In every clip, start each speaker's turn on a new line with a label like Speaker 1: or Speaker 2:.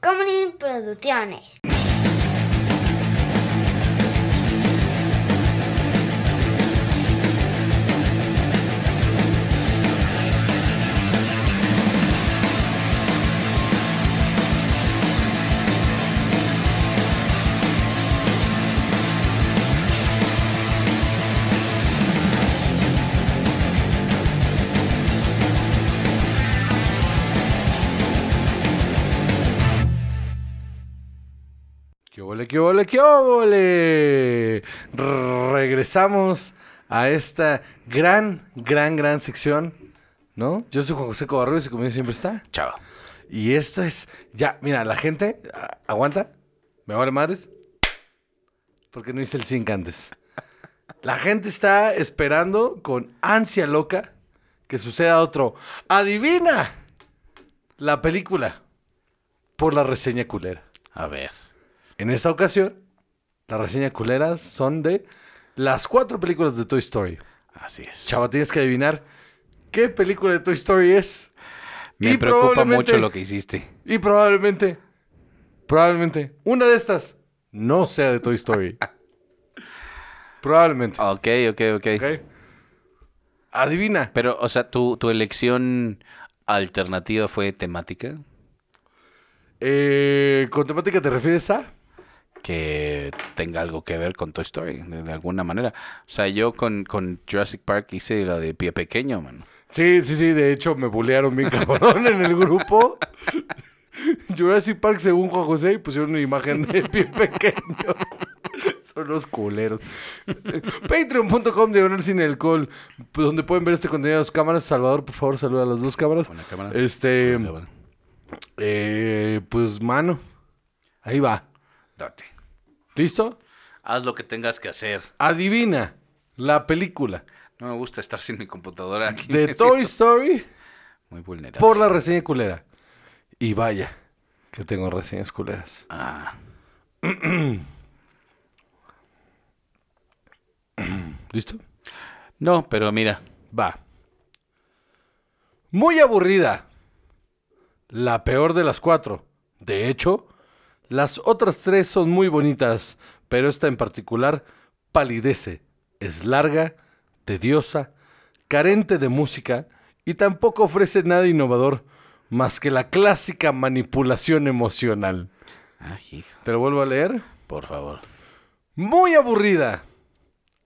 Speaker 1: Comedy Producciones.
Speaker 2: ¡Qué ole, qué ole, qué ole! Regresamos a esta gran, gran, gran sección, ¿no? Yo soy Juan José Covarrubias y conmigo siempre está.
Speaker 3: Chao.
Speaker 2: Y esto es, ya, mira, la gente, a- aguanta, me vale madres, porque no hice el sync antes. La gente está esperando con ansia loca que suceda otro. ¡Adivina! La película por la reseña culera.
Speaker 3: A ver.
Speaker 2: En esta ocasión, las reseñas culeras son de las cuatro películas de Toy Story.
Speaker 3: Así es.
Speaker 2: Chava, tienes que adivinar qué película de Toy Story es.
Speaker 3: Me
Speaker 2: Y
Speaker 3: preocupa
Speaker 2: probablemente-
Speaker 3: mucho lo que hiciste.
Speaker 2: Y probablemente, probablemente, una de estas no sea de Toy Story. probablemente.
Speaker 3: Ok, ok, ok.
Speaker 2: ¿ok? Adivina.
Speaker 3: Pero, o sea, ¿tu, tu elección alternativa fue temática.
Speaker 2: Eh, ¿Con temática te refieres a?
Speaker 3: que tenga algo que ver con Toy Story, de, de alguna manera. O sea, yo con, con Jurassic Park hice la de pie pequeño, man.
Speaker 2: Sí, sí, sí. De hecho, me bulearon bien cabrón en el grupo. Jurassic Park, según Juan José, y pusieron una imagen de pie pequeño. Son los culeros. Patreon.com diagonal sin alcohol, donde pueden ver este contenido de dos cámaras. Salvador, por favor, saluda a las dos cámaras.
Speaker 3: Con la cámara.
Speaker 2: Este,
Speaker 3: Bueno, bueno.
Speaker 2: eh, pues mano, ahí va.
Speaker 3: Date.
Speaker 2: ¿Listo?
Speaker 3: Haz lo que tengas que hacer.
Speaker 2: Adivina la película
Speaker 3: No me gusta estar sin mi computadora aquí.
Speaker 2: de
Speaker 3: me
Speaker 2: Toy
Speaker 3: siento
Speaker 2: Story.
Speaker 3: Muy vulnerable.
Speaker 2: por la reseña culera. Y vaya, que tengo reseñas culeras.
Speaker 3: Ah,
Speaker 2: ¿Listo?
Speaker 3: No, pero mira.
Speaker 2: Va. Muy aburrida. La peor de las cuatro. De hecho, las otras tres son muy bonitas, pero esta en particular palidece. Es larga, tediosa, carente de música y tampoco ofrece nada innovador más que la clásica manipulación emocional.
Speaker 3: Ah, hijo,
Speaker 2: ¿Te lo vuelvo a leer?
Speaker 3: por favor.
Speaker 2: Muy aburrida.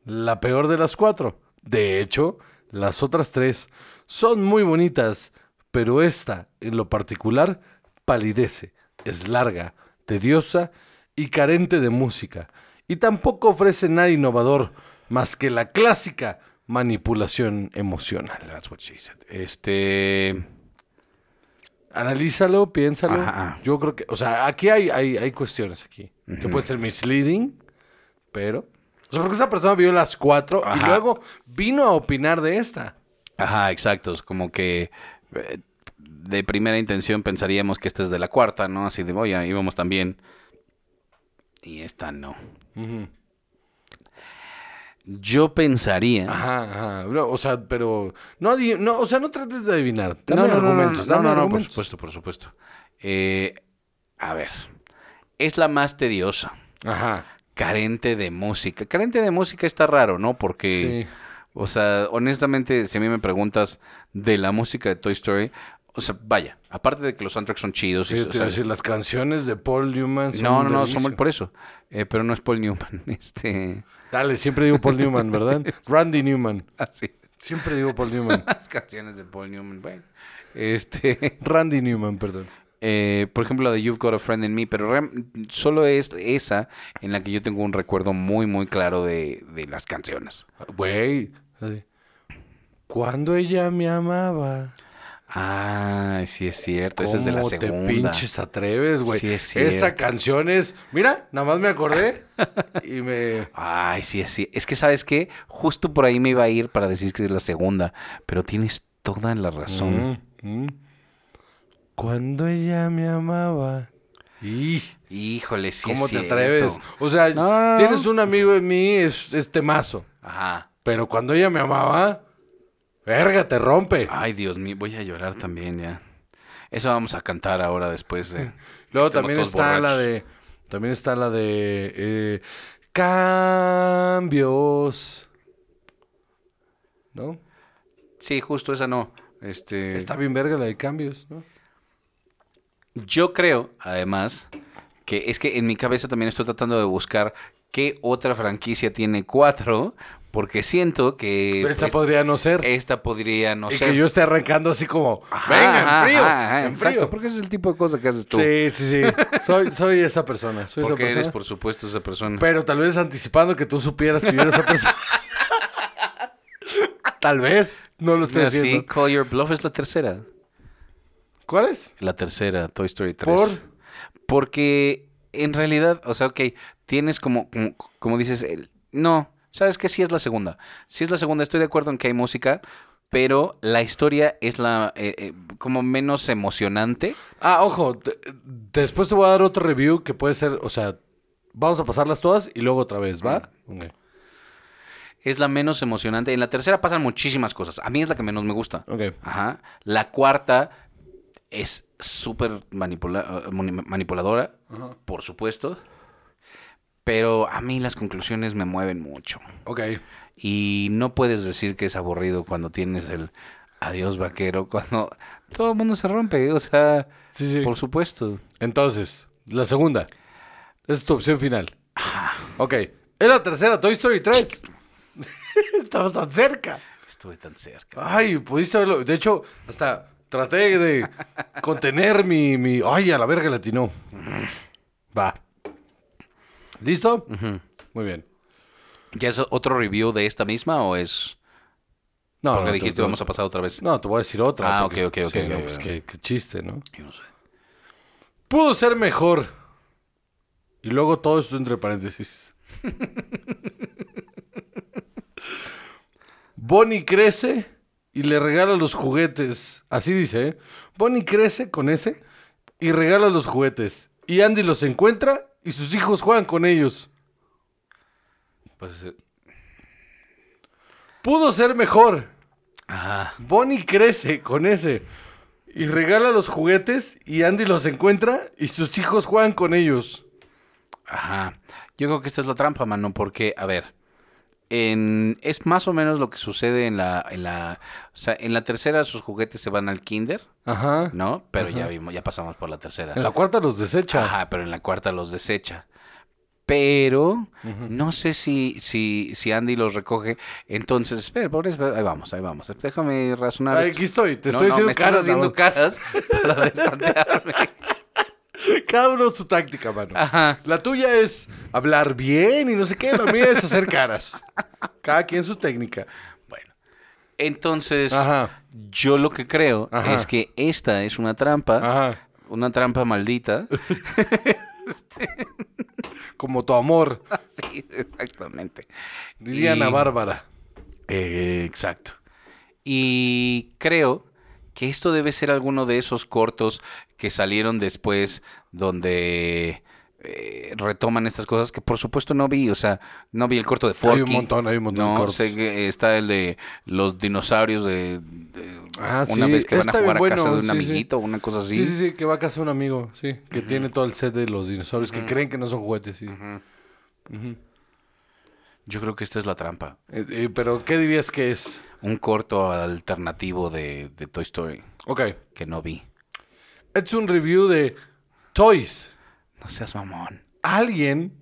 Speaker 2: La peor de las cuatro. De hecho, las otras tres son muy bonitas, pero esta, en lo particular, palidece, es larga, tediosa y carente de música. Y tampoco ofrece nada innovador más que la clásica manipulación emocional.
Speaker 3: That's what she said. Este.
Speaker 2: Analízalo, piénsalo.
Speaker 3: Ajá.
Speaker 2: Yo creo que, o sea, aquí hay, hay, hay cuestiones aquí que
Speaker 3: Ujú.
Speaker 2: pueden ser misleading, pero. O sea, porque esta persona vio las cuatro y
Speaker 3: Ajá.
Speaker 2: luego vino a opinar de esta.
Speaker 3: Ajá, exacto. Es como que eh, de primera intención pensaríamos que esta es de la cuarta, ¿no? Así de, oye, íbamos también. Y esta no. Yo pensaría.
Speaker 2: Ajá, ajá. No, o sea, pero. No, di- no, o sea, no trates de adivinar.
Speaker 3: No,
Speaker 2: Dame
Speaker 3: no, no, no,
Speaker 2: argumentos.
Speaker 3: no,
Speaker 2: dame
Speaker 3: no, no, por
Speaker 2: argumentos.
Speaker 3: supuesto, por supuesto. Eh, a ver, es la más tediosa,
Speaker 2: Ajá.
Speaker 3: carente de música. Carente de música está raro, ¿no? Porque,
Speaker 2: Sí.
Speaker 3: o sea, honestamente, si a mí me preguntas de la música de Toy Story, o sea, vaya, aparte de que los soundtracks son chidos,
Speaker 2: Sí,
Speaker 3: y, pues, o
Speaker 2: te iba
Speaker 3: sea,
Speaker 2: a decir, las canciones de Paul Newman. son
Speaker 3: no,
Speaker 2: un
Speaker 3: no, no, son
Speaker 2: delicio.
Speaker 3: muy- por eso, Eh, pero no es Paul Newman, este,
Speaker 2: Dale, siempre digo Paul Newman, ¿verdad? Randy Newman.
Speaker 3: así,
Speaker 2: Siempre digo Paul Newman.
Speaker 3: las canciones de Paul Newman, bueno, este...
Speaker 2: Randy Newman, perdón.
Speaker 3: Eh, por ejemplo, la de You've Got a Friend in Me, pero ream- solo es esa en la que yo tengo un recuerdo muy, muy claro de, de las canciones.
Speaker 2: Güey. así. Cuando ella me amaba.
Speaker 3: Ah, sí es cierto. Esa es de la
Speaker 2: ¿Cómo
Speaker 3: segunda.
Speaker 2: te pinches atreves, güey?
Speaker 3: Sí, es
Speaker 2: Esa
Speaker 3: cierto.
Speaker 2: canción es... Mira, nada más me acordé y me...
Speaker 3: Ay, sí es cierto. Es que, ¿sabes qué? Justo por ahí me iba a ir para decir que es la segunda, pero tienes toda la razón.
Speaker 2: Mm, mm. Cuando ella me amaba. Y
Speaker 3: Híjole, sí es
Speaker 2: ¿Cómo te
Speaker 3: cierto.
Speaker 2: atreves? O sea,
Speaker 3: No, no, no.
Speaker 2: tienes un amigo en mí, es, es temazo.
Speaker 3: Ajá.
Speaker 2: Pero cuando ella me amaba... Verga, te rompe.
Speaker 3: Ay, Dios mío, voy a llorar también ya. Eso vamos a cantar ahora después de...
Speaker 2: Luego
Speaker 3: Estamos
Speaker 2: también
Speaker 3: todos
Speaker 2: está la
Speaker 3: borrachos.
Speaker 2: de. También está la de. eh, cambios. ¿No?
Speaker 3: Sí, justo esa no. Este,
Speaker 2: Está bien verga la de cambios, ¿no?
Speaker 3: Yo creo, además, que es que en mi cabeza también estoy tratando de buscar qué otra franquicia tiene cuatro, porque siento que
Speaker 2: Esta
Speaker 3: pues,
Speaker 2: podría no ser.
Speaker 3: esta podría no
Speaker 2: y
Speaker 3: ser.
Speaker 2: que yo esté arrancando así como.
Speaker 3: Ajá,
Speaker 2: Venga,
Speaker 3: ajá,
Speaker 2: en frío.
Speaker 3: ajá, ajá,
Speaker 2: en
Speaker 3: exacto,
Speaker 2: frío".
Speaker 3: porque ese es el tipo de cosa que haces tú.
Speaker 2: Sí, sí, sí. Soy, soy esa persona. Soy esa
Speaker 3: porque
Speaker 2: persona.
Speaker 3: eres, por supuesto, esa persona.
Speaker 2: Pero tal vez anticipando que tú supieras que yo era esa persona. tal vez. No lo estoy
Speaker 3: Mira, sí,
Speaker 2: haciendo.
Speaker 3: Call Your Bluff es la tercera.
Speaker 2: ¿Cuál es?
Speaker 3: La tercera, Toy Story 3.
Speaker 2: Por.
Speaker 3: Porque en realidad, o sea, ok, tienes como, como, como dices, el- no, sabes que sí es la segunda. Sí es la segunda, estoy de acuerdo en que hay música, pero la historia es la eh, eh, como menos emocionante.
Speaker 2: Ah, ojo. te- después te voy a dar otro review que puede ser. O sea, vamos a pasarlas todas y luego otra vez, ¿va? Ok.
Speaker 3: Es la menos emocionante. En la tercera pasan muchísimas cosas. A mí es la que menos me gusta.
Speaker 2: Ok.
Speaker 3: Ajá. La cuarta es súper manipula- eh, mani- manipuladora, por supuesto. Pero a mí las conclusiones me mueven mucho.
Speaker 2: Ok.
Speaker 3: Y no puedes decir que es aburrido cuando tienes el adiós vaquero, cuando todo el mundo se rompe, o sea,
Speaker 2: Sí, sí.
Speaker 3: por supuesto.
Speaker 2: Entonces, la segunda. Esa es tu opción final. Ok. Es la tercera, Toy Story 3. Estabas tan cerca.
Speaker 3: Estuve tan cerca.
Speaker 2: Ay, pudiste verlo. De hecho, hasta traté de contener mi, mi... Ay, a la verga latino. Va. ¿Listo? Muy bien.
Speaker 3: ¿Ya es otro review de esta misma o es...?
Speaker 2: No,
Speaker 3: porque
Speaker 2: no,
Speaker 3: dijiste
Speaker 2: te-
Speaker 3: vamos a pasar otra vez.
Speaker 2: No, te voy a decir otra.
Speaker 3: Ah,
Speaker 2: porque-
Speaker 3: ok, ok, ok,
Speaker 2: sí,
Speaker 3: ok,
Speaker 2: no,
Speaker 3: ok.
Speaker 2: pues qué- qué chiste, ¿no?
Speaker 3: Yo no sé.
Speaker 2: Pudo ser mejor. Y luego todo esto entre paréntesis. Bonnie crece y le regala los juguetes. Así dice, ¿eh? Bonnie crece con ese y regala los juguetes. Y Andy los encuentra y sus hijos juegan con ellos.
Speaker 3: Pues, eh,
Speaker 2: Pudo ser mejor.
Speaker 3: ah,
Speaker 2: Bonnie crece con ese y regala los juguetes y Andy los encuentra y sus hijos juegan con ellos.
Speaker 3: ajá. Yo creo que esta es la trampa, mano, porque, a ver, en, es más o menos lo que sucede en la, en la... O sea, en la tercera sus juguetes se van al kinder,
Speaker 2: Ajá.
Speaker 3: ¿no? Pero ya vimos, ya pasamos por la tercera.
Speaker 2: En la cuarta los desecha.
Speaker 3: Ajá, pero en la cuarta los desecha. Pero no sé si, si, si Andy los recoge. Entonces, espera, pobre, espera, ahí vamos, ahí vamos. Déjame razonar.
Speaker 2: Ay,
Speaker 3: esto.
Speaker 2: aquí estoy, te
Speaker 3: No,
Speaker 2: estoy
Speaker 3: no,
Speaker 2: haciendo
Speaker 3: me estás
Speaker 2: caras.
Speaker 3: haciendo
Speaker 2: Haciendo
Speaker 3: caras para destantearme.
Speaker 2: Cada uno su táctica, mano.
Speaker 3: Ajá.
Speaker 2: La tuya es hablar bien y no sé qué, la mía es hacer caras. Cada quien su técnica.
Speaker 3: Bueno, entonces,
Speaker 2: Ajá.
Speaker 3: yo lo que creo
Speaker 2: Ajá. Ah.
Speaker 3: es que esta es una trampa,
Speaker 2: Ajá.
Speaker 3: una trampa maldita.
Speaker 2: Como tu amor,
Speaker 3: sí, exactamente.
Speaker 2: diría
Speaker 3: Y-
Speaker 2: Ana Bárbara.
Speaker 3: Eh, exacto. Y creo que esto debe ser alguno de esos cortos que salieron después donde eh, retoman estas cosas que por supuesto no vi. O sea, no vi el corto de Forky.
Speaker 2: Hay un montón, hay un montón de
Speaker 3: No,
Speaker 2: cortos.
Speaker 3: sé que está el de los dinosaurios de, de
Speaker 2: Ah,
Speaker 3: una
Speaker 2: sí,
Speaker 3: vez que van a
Speaker 2: está
Speaker 3: jugar
Speaker 2: bien
Speaker 3: a casa
Speaker 2: bueno,
Speaker 3: de un
Speaker 2: sí, sí.
Speaker 3: amiguito o una cosa así.
Speaker 2: Sí, sí, sí, que va a casa de un amigo, sí. Que tiene todo el set de los dinosaurios, que creen que no son juguetes, sí. Ujú.
Speaker 3: Yo creo que esta es la trampa.
Speaker 2: Eh, eh, pero, ¿qué dirías que es?
Speaker 3: Un corto alternativo de, de Toy Story
Speaker 2: Ok.
Speaker 3: que no vi.
Speaker 2: Este es un review de Toys.
Speaker 3: No seas mamón.
Speaker 2: alguien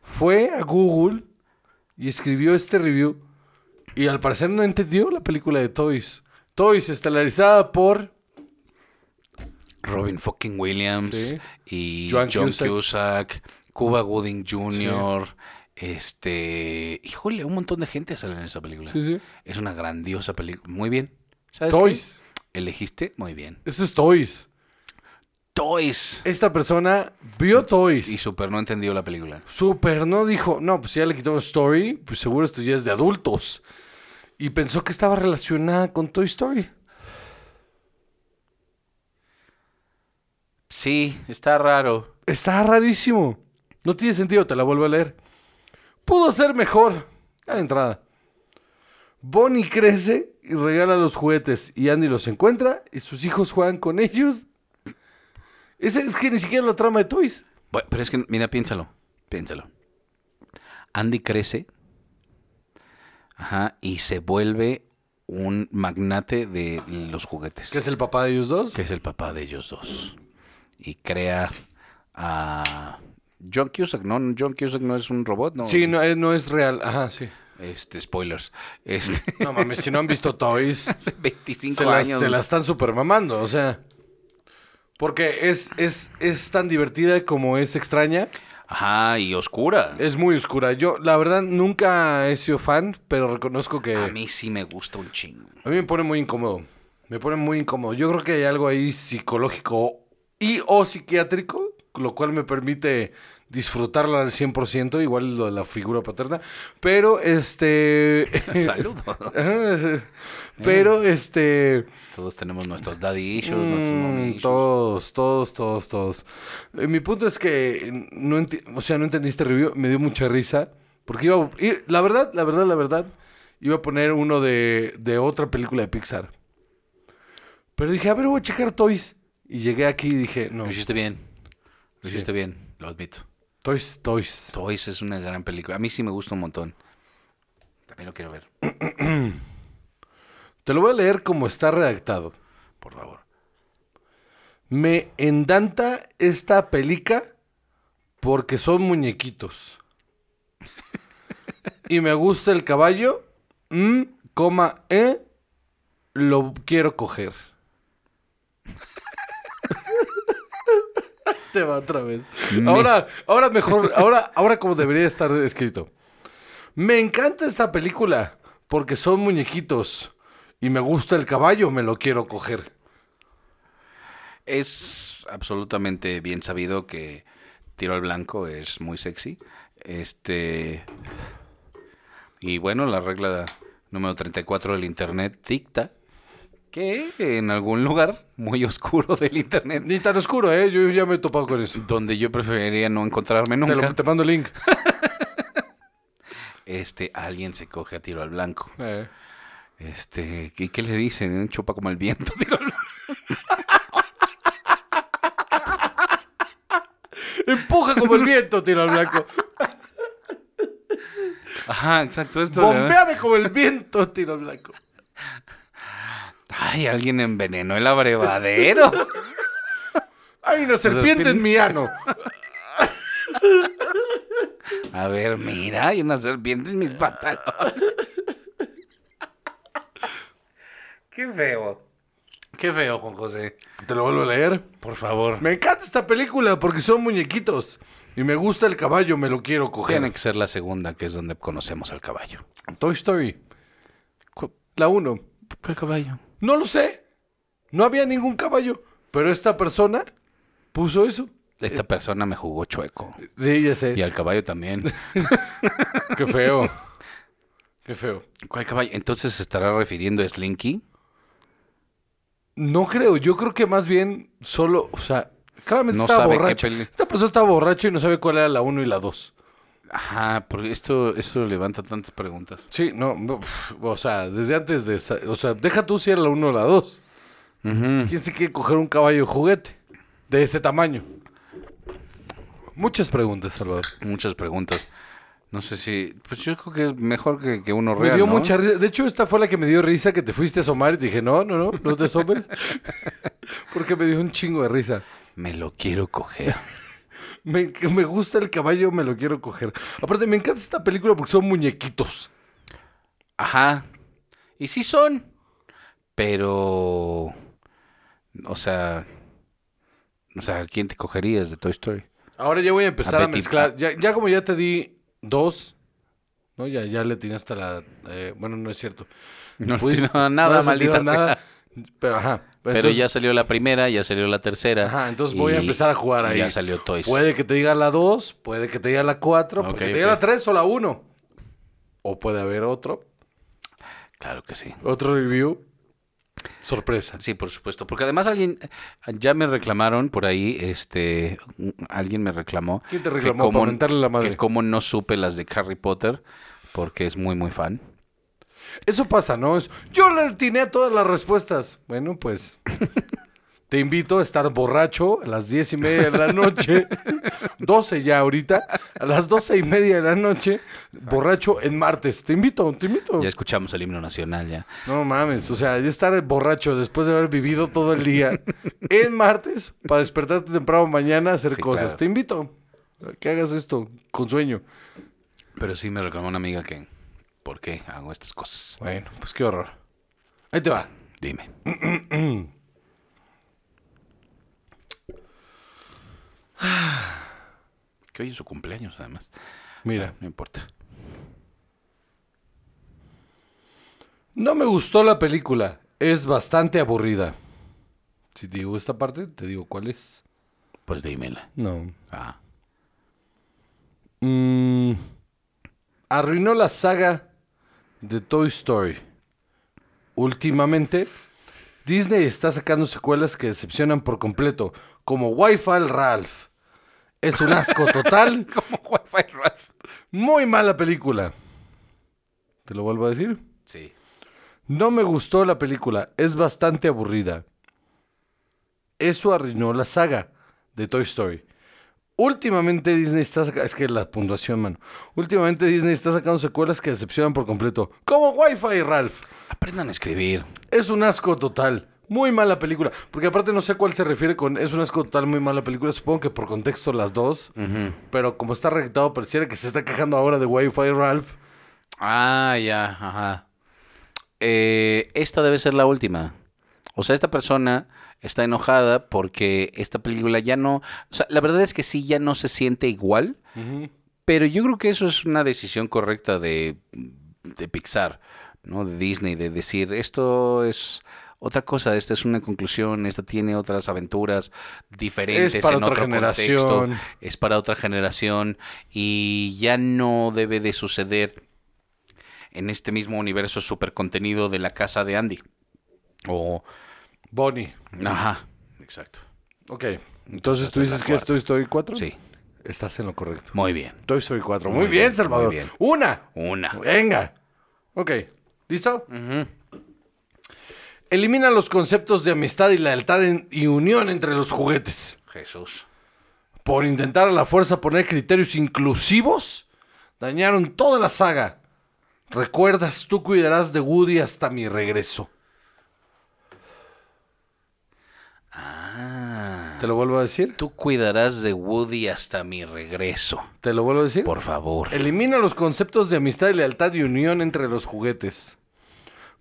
Speaker 2: fue a Google y escribió este review y al parecer no entendió la película de Toys. Toys, estelarizada por...
Speaker 3: Robin fucking Williams
Speaker 2: Sí.
Speaker 3: y
Speaker 2: Joan
Speaker 3: John
Speaker 2: Cusack.
Speaker 3: Cusack. Cuba Gooding Jr., este, híjole, un montón de gente sale en esa película.
Speaker 2: Sí, sí.
Speaker 3: Es una grandiosa película, muy bien. ¿Sabes
Speaker 2: Toys.
Speaker 3: qué? Elegiste muy bien.
Speaker 2: Eso es Toys.
Speaker 3: Toys.
Speaker 2: Esta persona vio Toys.
Speaker 3: Y super no entendió la película.
Speaker 2: Super, no dijo, no, pues ya le quitó Story, pues seguro esto ya es de adultos. Y pensó que estaba relacionada con Toy Story.
Speaker 3: Sí, está raro.
Speaker 2: Está rarísimo. No tiene sentido, te la vuelvo a leer. Pudo ser mejor. A la entrada. Bonnie crece y regala los juguetes. Y Andy los encuentra y sus hijos juegan con ellos. Es, es que ni siquiera la trama de Toys.
Speaker 3: Bueno, pero es que, mira, piénsalo, piénsalo. Andy crece ajá, y se vuelve un magnate de los juguetes,
Speaker 2: Que es el papá de ellos dos.
Speaker 3: que es el papá de ellos dos. Y crea a John Cusack, ¿no? John Cusack no es un robot, ¿no?
Speaker 2: Sí, no, eh, no es real. Ajá, sí.
Speaker 3: Este, spoilers. Este,
Speaker 2: No mames, si no han visto Toys,
Speaker 3: hace 25
Speaker 2: se la,
Speaker 3: años.
Speaker 2: se la están super mamando, o sea. Porque es, es, es tan divertida como es extraña.
Speaker 3: Ajá, y oscura.
Speaker 2: Es muy oscura. Yo, la verdad, nunca he sido fan, pero reconozco que.
Speaker 3: A mí sí me gusta un chingo.
Speaker 2: A mí me pone muy incómodo. Me pone muy incómodo. Yo creo que hay algo ahí psicológico y o psiquiátrico, lo cual me permite disfrutarla al 100%, igual lo de la figura paterna. Pero este...
Speaker 3: Saludos.
Speaker 2: Ajá, pero este...
Speaker 3: Todos tenemos nuestros daddy issues, nuestros mommy
Speaker 2: mm,
Speaker 3: issues.
Speaker 2: Todos, todos, todos, todos. Eh, Mi punto es que no, enti- o sea, no entendí este review, me dio mucha risa. Porque iba... a- y la verdad, la verdad, la verdad, iba a poner uno de, de otra película de Pixar. Pero dije, a ver, voy a checar Toys. Y llegué aquí y dije, no,
Speaker 3: Lo hiciste bien. Lo
Speaker 2: Sí.
Speaker 3: hiciste bien, lo admito.
Speaker 2: Toys, Toys.
Speaker 3: Toys es una gran película. A mí sí me gusta un montón. También lo quiero ver,
Speaker 2: Te lo voy a leer como está redactado.
Speaker 3: por favor.
Speaker 2: Me endanta esta pelica porque son muñequitos. y me gusta el caballo. Mm, coma, eh, lo quiero coger. Te va otra vez.
Speaker 3: Me-
Speaker 2: Ahora, ahora mejor, ahora, ahora como debería estar escrito. Me encanta esta película porque son muñequitos. Y me gusta el caballo, me lo quiero coger.
Speaker 3: Es absolutamente bien sabido que tiro al blanco es muy sexy. Este. Y bueno, la regla número 34 del internet dicta que en algún lugar muy oscuro del internet,
Speaker 2: Ni tan oscuro, ¿eh? Yo ya me he topado con eso.
Speaker 3: donde yo preferiría no encontrarme
Speaker 2: Te,
Speaker 3: nunca,
Speaker 2: lo- te mando el link.
Speaker 3: este alguien se coge a tiro al blanco.
Speaker 2: Eh.
Speaker 3: Este, ¿qué, qué le dicen? Un chupa como el viento. Digo,
Speaker 2: Empuja como el viento, tiro al blanco.
Speaker 3: Ajá, exacto. Esto, ¿verdad?
Speaker 2: Bombeame como el viento, tiro al blanco.
Speaker 3: Ay, alguien envenenó el abrevadero.
Speaker 2: Hay una serpiente en mi ano.
Speaker 3: A ver, mira, hay una serpiente en mis patas. Qué feo. Qué feo, Juan José.
Speaker 2: Te lo vuelvo a leer.
Speaker 3: Por favor.
Speaker 2: Me encanta esta película porque son muñequitos. Y me gusta el caballo, me lo quiero coger.
Speaker 3: Tiene que ser la segunda, que es donde conocemos al caballo.
Speaker 2: Toy Story,
Speaker 3: ¿Cuál,
Speaker 2: la 1.
Speaker 3: cuál caballo?
Speaker 2: No lo sé. No había ningún caballo. Pero esta persona puso eso. Eh.
Speaker 3: Esta persona me jugó chueco.
Speaker 2: Sí, ya
Speaker 3: Y
Speaker 2: sé.
Speaker 3: al caballo también.
Speaker 2: Qué feo. Qué feo.
Speaker 3: ¿Cuál caballo? Entonces se estará refiriendo a Slinky.
Speaker 2: No creo, yo creo que más bien solo, o sea, claramente
Speaker 3: No
Speaker 2: estaba
Speaker 3: sabe qué
Speaker 2: borracho.
Speaker 3: peli-
Speaker 2: Esta persona estaba borracho y no sabe cuál era la 1 y la 2.
Speaker 3: Ajá, porque esto, esto levanta tantas preguntas.
Speaker 2: Sí, no, no, pf, o sea, desde antes de, esa- o sea, deja tú si era la 1 o la 2.
Speaker 3: Ujú.
Speaker 2: ¿Quién se quiere coger un caballo juguete de ese tamaño? Muchas preguntas, Salvador.
Speaker 3: Muchas preguntas. No sé si. Pues yo creo que es mejor que, que uno
Speaker 2: Me
Speaker 3: real.
Speaker 2: dio
Speaker 3: ¿no?
Speaker 2: mucha risa. De hecho, esta fue la que me dio risa que te fuiste a asomar y te dije, no, no, no, no te asomes. Porque me dio un chingo de risa.
Speaker 3: Me lo quiero coger.
Speaker 2: Me, que me gusta el caballo, me lo quiero coger. Aparte, me encanta esta película porque son muñequitos.
Speaker 3: Ajá. Y sí son. Pero. O sea. O sea, ¿quién te cogerías de Toy Story?
Speaker 2: Ahora ya voy a empezar a,
Speaker 3: Apetito.
Speaker 2: mezclar. Ya, ya como ya te di dos, ¿no? Ya, ya le tiene hasta la... eh, bueno, no es cierto.
Speaker 3: No le
Speaker 2: Pudiste-
Speaker 3: atinaba Pues, nada,
Speaker 2: le atinaba
Speaker 3: maldita
Speaker 2: Pero, ajá.
Speaker 3: Pero
Speaker 2: Entonces-
Speaker 3: ya salió la primera, ya salió la tercera.
Speaker 2: Ajá, entonces voy a
Speaker 3: y
Speaker 2: empezar a jugar ahí.
Speaker 3: Ya salió Toys.
Speaker 2: Puede que te diga la 2, puede que te diga la 4,
Speaker 3: Ok,
Speaker 2: puede que te
Speaker 3: ok.
Speaker 2: diga la 3 o la 1. O puede haber otro,
Speaker 3: Claro que sí.
Speaker 2: otro review. Sorpresa.
Speaker 3: Sí, por supuesto, porque además alguien ya me reclamaron por ahí, este, un- alguien me reclamó.
Speaker 2: ¿Quién te
Speaker 3: que
Speaker 2: reclamó? Para mentarle la madre.
Speaker 3: Que como no supe las de Harry Potter, porque es muy muy fan.
Speaker 2: Eso pasa, ¿no? Es- yo le atiné a todas las respuestas. Bueno, pues. Te invito a estar borracho a las diez y media de la noche, 12 ya ahorita, a las doce y media de la noche, borracho en martes. Te invito, te invito.
Speaker 3: Ya escuchamos el himno nacional ya.
Speaker 2: No mames, o sea, ya estar borracho después de haber vivido todo el día en martes para despertarte temprano mañana a hacer
Speaker 3: Sí,
Speaker 2: cosas.
Speaker 3: claro.
Speaker 2: Te invito a que hagas esto con sueño.
Speaker 3: Pero sí me reclamó una amiga que, ¿por qué hago estas cosas?
Speaker 2: Bueno, pues qué horror. Ahí te va.
Speaker 3: Dime. que hoy es su cumpleaños, además.
Speaker 2: Mira.
Speaker 3: No importa.
Speaker 2: No me gustó la película. Es bastante aburrida. Si te digo esta parte, te digo cuál es.
Speaker 3: Pues dímela.
Speaker 2: No.
Speaker 3: Ah.
Speaker 2: Mm, arruinó la saga de Toy Story. Últimamente, Disney está sacando secuelas que decepcionan por completo, como Wi-Fi Ralph. Es un asco total.
Speaker 3: Como Wi-Fi Ralph.
Speaker 2: Muy mala película. Te lo vuelvo a decir.
Speaker 3: Sí.
Speaker 2: No me gustó la película, es bastante aburrida. Eso arruinó la saga de Toy Story. Últimamente Disney está sacando... Es que la puntuación, mano. Últimamente Disney está sacando secuelas que decepcionan por completo. Como Wi-Fi, Ralph.
Speaker 3: Aprendan a escribir.
Speaker 2: Es un asco total. Muy mala película. Porque aparte no sé cuál se refiere con... Es un asco total, muy mala película. Supongo que por contexto las dos.
Speaker 3: Ujú.
Speaker 2: Pero como está reeditado, pareciera que se está quejando ahora de Wi-Fi, Ralph.
Speaker 3: Ah, ya, ajá. Eh, esta debe ser la última. O sea, esta persona está enojada porque esta película ya no... O sea, la verdad es que sí, ya no se siente igual, pero yo creo que eso es una decisión correcta de, de Pixar, ¿no? De Disney, de decir, esto es otra cosa, esta es una conclusión, esta tiene otras aventuras diferentes
Speaker 2: Es para
Speaker 3: en
Speaker 2: otra
Speaker 3: otro contexto
Speaker 2: generación.
Speaker 3: es para otra generación y ya no debe de suceder en este mismo universo super contenido de la casa de Andy. O...
Speaker 2: Bonnie.
Speaker 3: Ajá, exacto.
Speaker 2: Ok. Entonces tú
Speaker 3: Esta
Speaker 2: dices
Speaker 3: es la
Speaker 2: que es
Speaker 3: cuarta.
Speaker 2: Toy Story 4?
Speaker 3: Sí,
Speaker 2: Estás en lo correcto.
Speaker 3: muy bien.
Speaker 2: Toy Story 4. Muy,
Speaker 3: Muy
Speaker 2: bien,
Speaker 3: bien,
Speaker 2: Salvador.
Speaker 3: muy bien.
Speaker 2: Una.
Speaker 3: Una. Mm.
Speaker 2: Venga. Ok. ¿Listo?
Speaker 3: Ujú.
Speaker 2: Elimina los conceptos de amistad y lealtad en- y unión entre los juguetes.
Speaker 3: Jesús.
Speaker 2: Por intentar a la fuerza poner criterios inclusivos, dañaron toda la saga. Recuerdas, tú cuidarás de Woody hasta mi regreso.
Speaker 3: Ah.
Speaker 2: ¿Te lo vuelvo a decir?
Speaker 3: Tú cuidarás de Woody hasta mi regreso.
Speaker 2: ¿Te lo vuelvo a decir?
Speaker 3: Por favor.
Speaker 2: Elimina los conceptos de amistad y lealtad y unión entre los juguetes.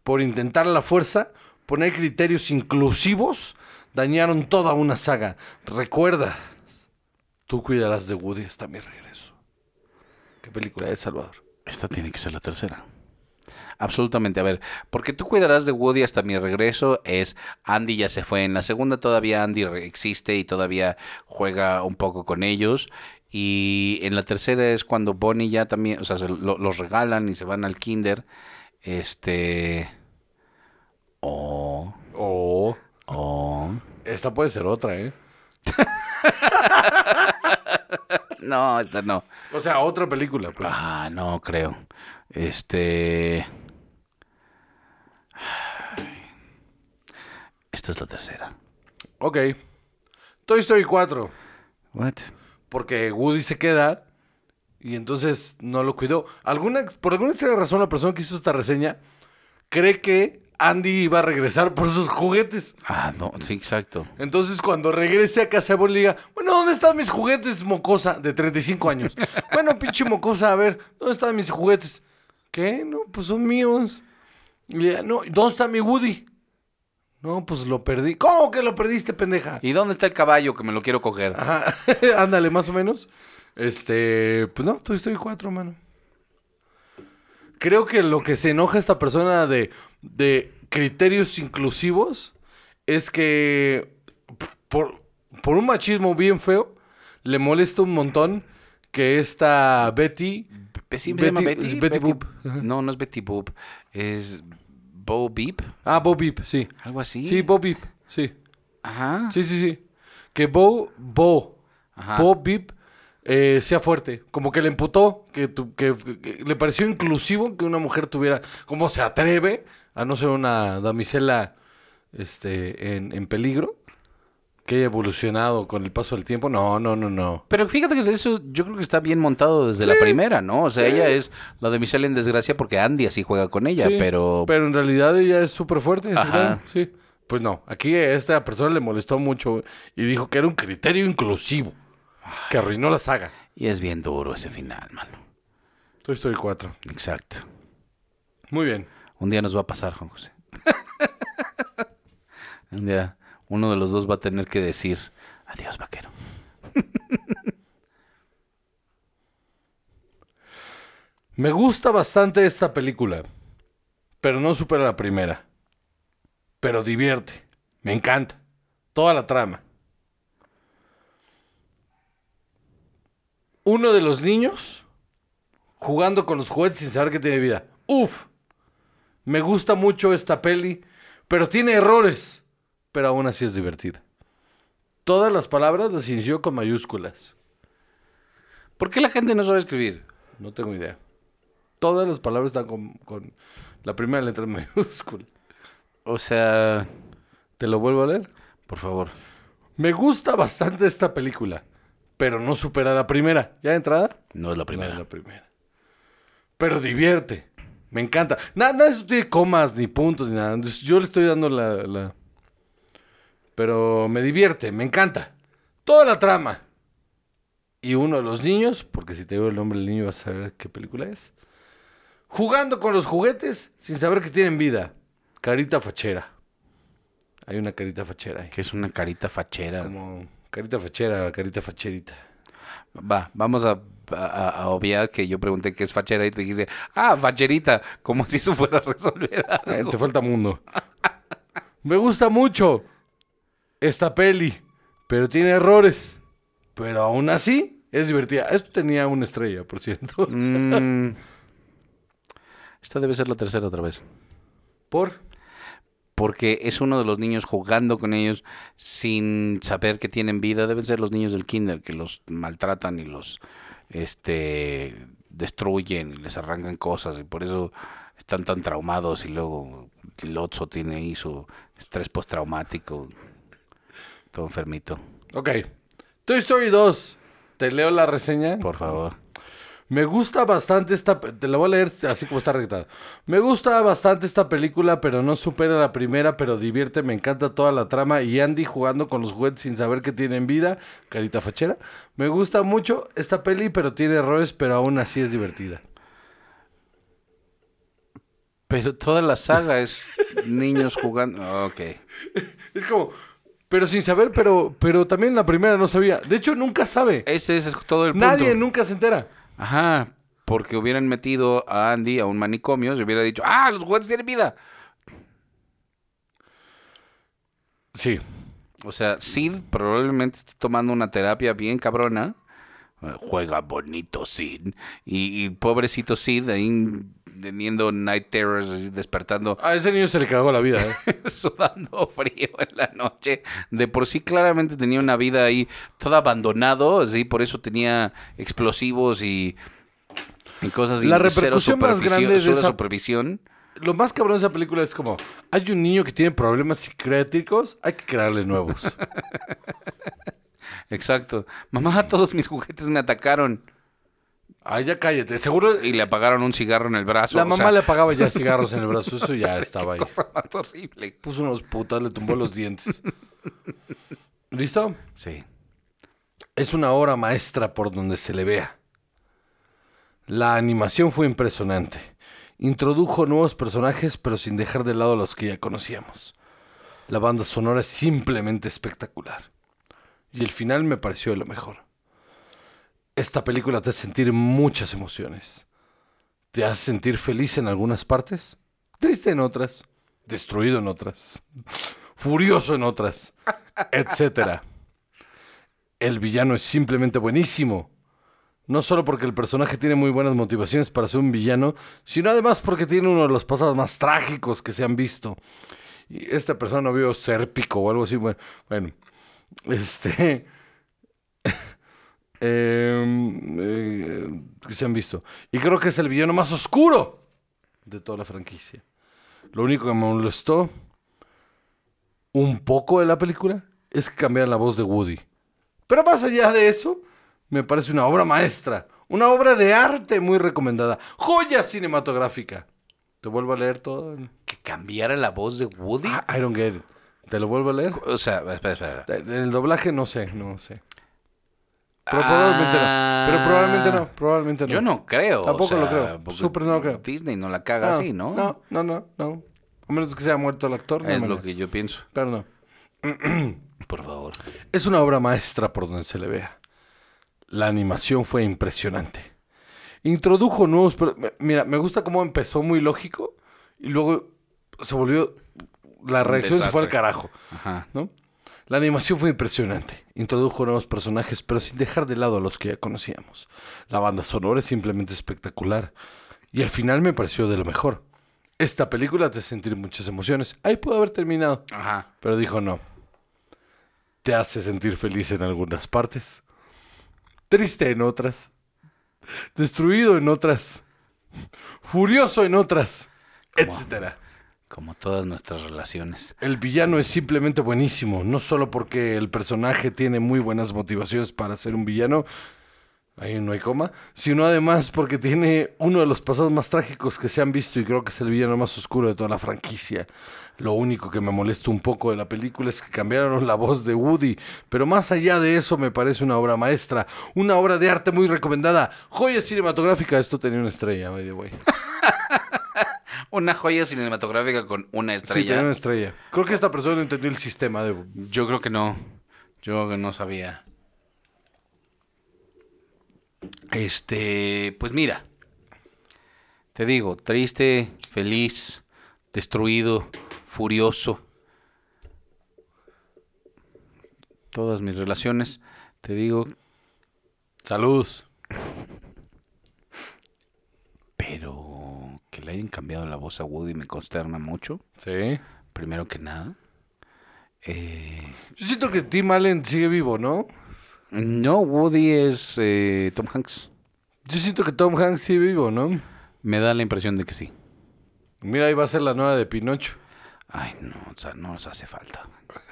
Speaker 2: Por intentar la fuerza, poner criterios inclusivos, dañaron toda una saga. Recuerda, tú cuidarás de Woody hasta mi regreso. ¿Qué película es, Salvador?
Speaker 3: Esta tiene que ser la tercera. Absolutamente, a ver, porque tú cuidarás de Woody hasta mi regreso es Andy ya se fue en la segunda, todavía Andy re- existe y todavía juega un poco con ellos y en la tercera es cuando Bonnie ya también, o sea, se lo- los regalan y se van al kinder, este, oh,
Speaker 2: Oh,
Speaker 3: oh,
Speaker 2: esta puede ser otra, ¿eh?
Speaker 3: no, esta no,
Speaker 2: O sea, otra película. pues.
Speaker 3: ah, no creo, este, esta es la tercera.
Speaker 2: Ok. Toy Story 4.
Speaker 3: What?
Speaker 2: porque Woody se queda y entonces no lo cuidó. Alguna, por alguna extraña razón, la persona que hizo esta reseña cree que Andy iba a regresar por sus juguetes.
Speaker 3: Ah, no, sí, exacto.
Speaker 2: Entonces, cuando regrese a casa de Bonnie, le diga, bueno, ¿dónde están mis juguetes, mocosa? De 35 años. bueno, pinche mocosa, a ver, ¿dónde están mis juguetes? ¿Qué? No, pues son míos. Y le diga, no, ¿dónde está mi Woody? No, pues lo perdí. ¿Cómo que lo perdiste, pendeja?
Speaker 3: ¿Y dónde está el caballo que me lo quiero coger?
Speaker 2: Ajá, ándale, más o menos. Este, pues no, Toy Story 4, mano. Creo que lo que se enoja esta persona de, de criterios inclusivos es que por, por un machismo bien feo le molesta un montón que esta Betty...
Speaker 3: Pe- Siempre se llama
Speaker 2: Betty-
Speaker 3: Betty.
Speaker 2: es Betty Boop.
Speaker 3: No, no es Betty Boop. Es Bo Beep,
Speaker 2: Ah, Bo Peep, sí.
Speaker 3: algo así.
Speaker 2: Sí, Bo Peep, sí.
Speaker 3: Ajá.
Speaker 2: Sí, sí, sí. Que Bo, Bo,
Speaker 3: Ajá.
Speaker 2: Bo Bip eh, sea fuerte. Como que le emputó, que, tu- que- que le pareció inclusivo que una mujer tuviera. ¿Cómo se atreve a no ser una damisela este, en, en peligro? que haya evolucionado con el paso del tiempo. No, no, no, no.
Speaker 3: Pero fíjate que de eso yo creo que está bien montado desde la primera, ¿no? O sea, ella es la de Michelle en desgracia porque Andy así juega con ella,
Speaker 2: Sí,
Speaker 3: pero...
Speaker 2: Pero en realidad ella es súper fuerte.
Speaker 3: Ajá.
Speaker 2: ¿verdad? Sí. Pues no, aquí a esta persona le molestó mucho y dijo que era un criterio inclusivo que arruinó la saga.
Speaker 3: Y es bien duro ese final, mano.
Speaker 2: Toy Story 4.
Speaker 3: Exacto.
Speaker 2: Muy bien.
Speaker 3: Un día nos va a pasar, Juan José. Un día uno de los dos va a tener que decir, adiós, vaquero.
Speaker 2: Me gusta bastante esta película, pero no supera la primera. Pero divierte. Me encanta. Toda la trama. Uno de los niños jugando con los juguetes sin saber que tiene vida. Uf. Me gusta mucho esta peli, pero tiene errores. Pero aún así es divertida. Todas las palabras las inició con mayúsculas.
Speaker 3: ¿Por qué la gente no sabe escribir?
Speaker 2: No tengo idea. Todas las palabras están con, con la primera letra en mayúscula.
Speaker 3: O sea,
Speaker 2: ¿Te lo vuelvo a leer?
Speaker 3: por favor.
Speaker 2: Me gusta bastante esta película, pero no supera la primera. ¿Ya de entrada?
Speaker 3: No es la primera.
Speaker 2: No, la primera. Pero divierte. Me encanta. Na- Nada de eso tiene comas, ni puntos, ni nada. Entonces, Yo le estoy dando la, la- Pero me divierte, me encanta. Toda la trama. Y uno de los niños, porque si te digo el nombre del niño vas a saber qué película es. Jugando con los juguetes sin saber que tienen vida. Carita fachera. Hay una carita fachera ahí.
Speaker 3: Que es una carita fachera.
Speaker 2: Como carita fachera, carita facherita.
Speaker 3: Va, vamos a, a- a obviar que yo pregunté qué es fachera y tú dijiste, ah, facherita, como si eso fuera a resolver
Speaker 2: Eh,
Speaker 3: algo.
Speaker 2: te falta mundo. Me gusta mucho esta peli, pero tiene errores. Pero aún así es divertida. Esto tenía una estrella, por cierto.
Speaker 3: Mm. Esta debe ser la tercera otra vez.
Speaker 2: Por
Speaker 3: Porque es uno de los niños jugando con ellos sin saber que tienen vida. Deben ser los niños del kinder que los maltratan y los este destruyen y les arrancan cosas y por eso están tan traumados y luego Lotso tiene ahí su estrés postraumático. Todo enfermito.
Speaker 2: Ok. Toy Story 2. Te leo la reseña.
Speaker 3: Por favor.
Speaker 2: Me gusta bastante esta... pe- Te la voy a leer así como está registrado. Me gusta bastante esta película, pero no supera la primera, pero divierte, me encanta toda la trama. Y Andy jugando con los juguetes sin saber que tienen vida. Carita fachera. Me gusta mucho esta peli, pero tiene errores, pero aún así es divertida.
Speaker 3: Pero toda la saga es niños jugando. Ok.
Speaker 2: Es como... Pero sin saber, pero, pero también la primera no sabía. De hecho, nunca sabe.
Speaker 3: Ese es todo el punto.
Speaker 2: Nadie nunca se entera.
Speaker 3: Ajá, porque hubieran metido a Andy a un manicomio, se hubiera dicho, ah, los juguetes tienen vida.
Speaker 2: Sí.
Speaker 3: O sea, Sid probablemente esté tomando una terapia bien cabrona. Eh, Juega bonito Sid. Y, y pobrecito Sid ahí teniendo night terrors, así, despertando,
Speaker 2: A ese niño se le cagó la vida, ¿eh?
Speaker 3: sudando frío en la noche. De por sí claramente tenía una vida ahí toda abandonado, así, por eso tenía explosivos y, y cosas. y
Speaker 2: La
Speaker 3: cero
Speaker 2: repercusión más
Speaker 3: supervisión-
Speaker 2: grande de
Speaker 3: cero
Speaker 2: esa-
Speaker 3: supervisión.
Speaker 2: Lo más cabrón de esa película es como, hay un niño que tiene problemas psiquiátricos, hay que crearle nuevos.
Speaker 3: Exacto. Mamá, todos mis juguetes me atacaron
Speaker 2: Ay, ya cállate. Seguro
Speaker 3: y le apagaron un cigarro en el brazo.
Speaker 2: la
Speaker 3: o
Speaker 2: mamá
Speaker 3: sea,
Speaker 2: le apagaba ya cigarros en el brazo, eso ya estaba ahí.
Speaker 3: cosa más horrible.
Speaker 2: Puso unos putas, le tumbó los dientes. ¿Listo?
Speaker 3: Sí.
Speaker 2: Es una obra maestra por donde se le vea. La animación fue impresionante. Introdujo nuevos personajes, pero sin dejar de lado los que ya conocíamos. La banda sonora es simplemente espectacular. Y el final me pareció de lo mejor. Esta película te hace sentir muchas emociones. Te hace sentir feliz en algunas partes, triste en otras, destruido en otras, furioso en otras, etcétera el villano es simplemente buenísimo. No solo porque el personaje tiene muy buenas motivaciones para ser un villano, sino además porque tiene uno de los pasados más trágicos que se han visto. Y esta persona no vio Sérpico o algo así. Bueno, bueno, este. em, eh, que se han visto. Y creo que es el villano más oscuro de toda la franquicia. Lo único que me molestó un poco de la película es que cambiaran la voz de Woody. Pero más allá de eso, me parece una obra maestra, una obra de arte muy recomendada, joya cinematográfica. Te vuelvo a leer todo. el-
Speaker 3: ¿Que cambiara la voz de Woody?
Speaker 2: Ah, I don't get it. Te lo vuelvo a leer.
Speaker 3: O sea, espera, espera. espera.
Speaker 2: Eh, El doblaje no sé, no sé. Pero probablemente no. Pero probablemente no, probablemente no.
Speaker 3: Ah, Yo no creo. o
Speaker 2: Tampoco
Speaker 3: sea,
Speaker 2: lo creo,
Speaker 3: porque
Speaker 2: súper no lo creo.
Speaker 3: Disney no la caga así, ¿no?
Speaker 2: Ah, No, no, no, no. A menos que se haya muerto el actor. no hay
Speaker 3: Es lo
Speaker 2: manera.
Speaker 3: que yo pienso.
Speaker 2: Pero no.
Speaker 3: Por favor.
Speaker 2: Es una obra maestra por donde se le vea. La animación fue impresionante. Introdujo nuevos... per- me- Mira, me gusta cómo empezó muy lógico y luego se volvió... La reacción se fue al
Speaker 3: desastre.
Speaker 2: carajo.
Speaker 3: Ajá.
Speaker 2: ¿no? La animación fue impresionante. Introdujo nuevos personajes, pero sin dejar de lado a los que ya conocíamos. La banda sonora es simplemente espectacular. Y al final me pareció de lo mejor. Esta película te sentir muchas emociones. Ahí pudo haber terminado.
Speaker 3: Ajá.
Speaker 2: Pero dijo no. Te hace sentir feliz en algunas partes. Triste en otras. Destruido en otras. Furioso en otras.
Speaker 3: Como-
Speaker 2: Etcétera.
Speaker 3: Como todas nuestras relaciones.
Speaker 2: El villano es simplemente buenísimo, no solo porque el personaje tiene muy buenas motivaciones para ser un villano, ahí no hay coma, sino además porque tiene uno de los pasados más trágicos que se han visto y creo que es el villano más oscuro de toda la franquicia. Lo único que me molesta un poco de la película es que cambiaron la voz de Woody, pero más allá de eso me parece una obra maestra, una obra de arte muy recomendada, joya cinematográfica, esto tenía una estrella, by the way.
Speaker 3: Una joya cinematográfica con una
Speaker 2: Sí, tenía una
Speaker 3: estrella.
Speaker 2: estrella. Creo que esta persona no entendió el sistema de
Speaker 3: Yo creo que no. Yo que no sabía. Este, pues mira. Te digo, triste, feliz, destruido, furioso. Todas mis relaciones, te digo,
Speaker 2: Saludos.
Speaker 3: pero que le hayan cambiado la voz a Woody me consterna mucho,
Speaker 2: Sí.
Speaker 3: primero que nada. Eh,
Speaker 2: Yo siento que Tim Allen sigue vivo, ¿no?
Speaker 3: no, Woody es eh, Tom Hanks.
Speaker 2: Yo siento que Tom Hanks sigue vivo, ¿no?
Speaker 3: Me da la impresión de que sí.
Speaker 2: Mira, ahí va a ser la nueva de Pinocho.
Speaker 3: Ay, no, o sea, no nos hace falta.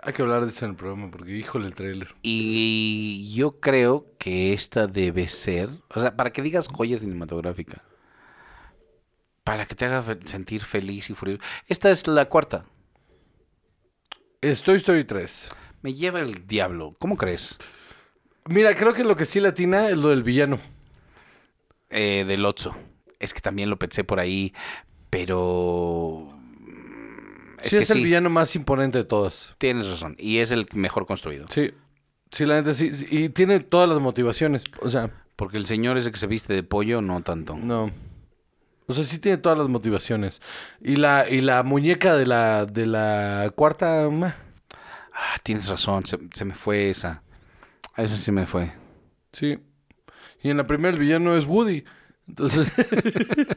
Speaker 2: Hay que hablar de eso en el programa porque, híjole, el trailer.
Speaker 3: Y yo creo que esta debe ser, o sea, para que digas joya cinematográfica, para que te haga fe- sentir feliz y furioso. Esta es la cuarta.
Speaker 2: Estoy Story 3.
Speaker 3: Me lleva el diablo. ¿Cómo crees?
Speaker 2: Mira, creo que lo que sí latina es lo del villano.
Speaker 3: Eh, del Otso. Es que también lo pensé por ahí, pero... mm,
Speaker 2: sí,
Speaker 3: que
Speaker 2: es el villano más imponente de todas.
Speaker 3: Tienes razón. Y es el mejor construido.
Speaker 2: Sí. Sí, la neta sí. sí, Y tiene todas las motivaciones. O sea,
Speaker 3: Porque el señor ese que se viste de pollo, no tanto.
Speaker 2: no. O sea, sí tiene todas las motivaciones. Y la, y la muñeca de la, de la cuarta. ma,
Speaker 3: Ah, tienes razón, se, se me fue esa. Esa sí me fue.
Speaker 2: Sí. Y en la primera el villano es Woody. Entonces.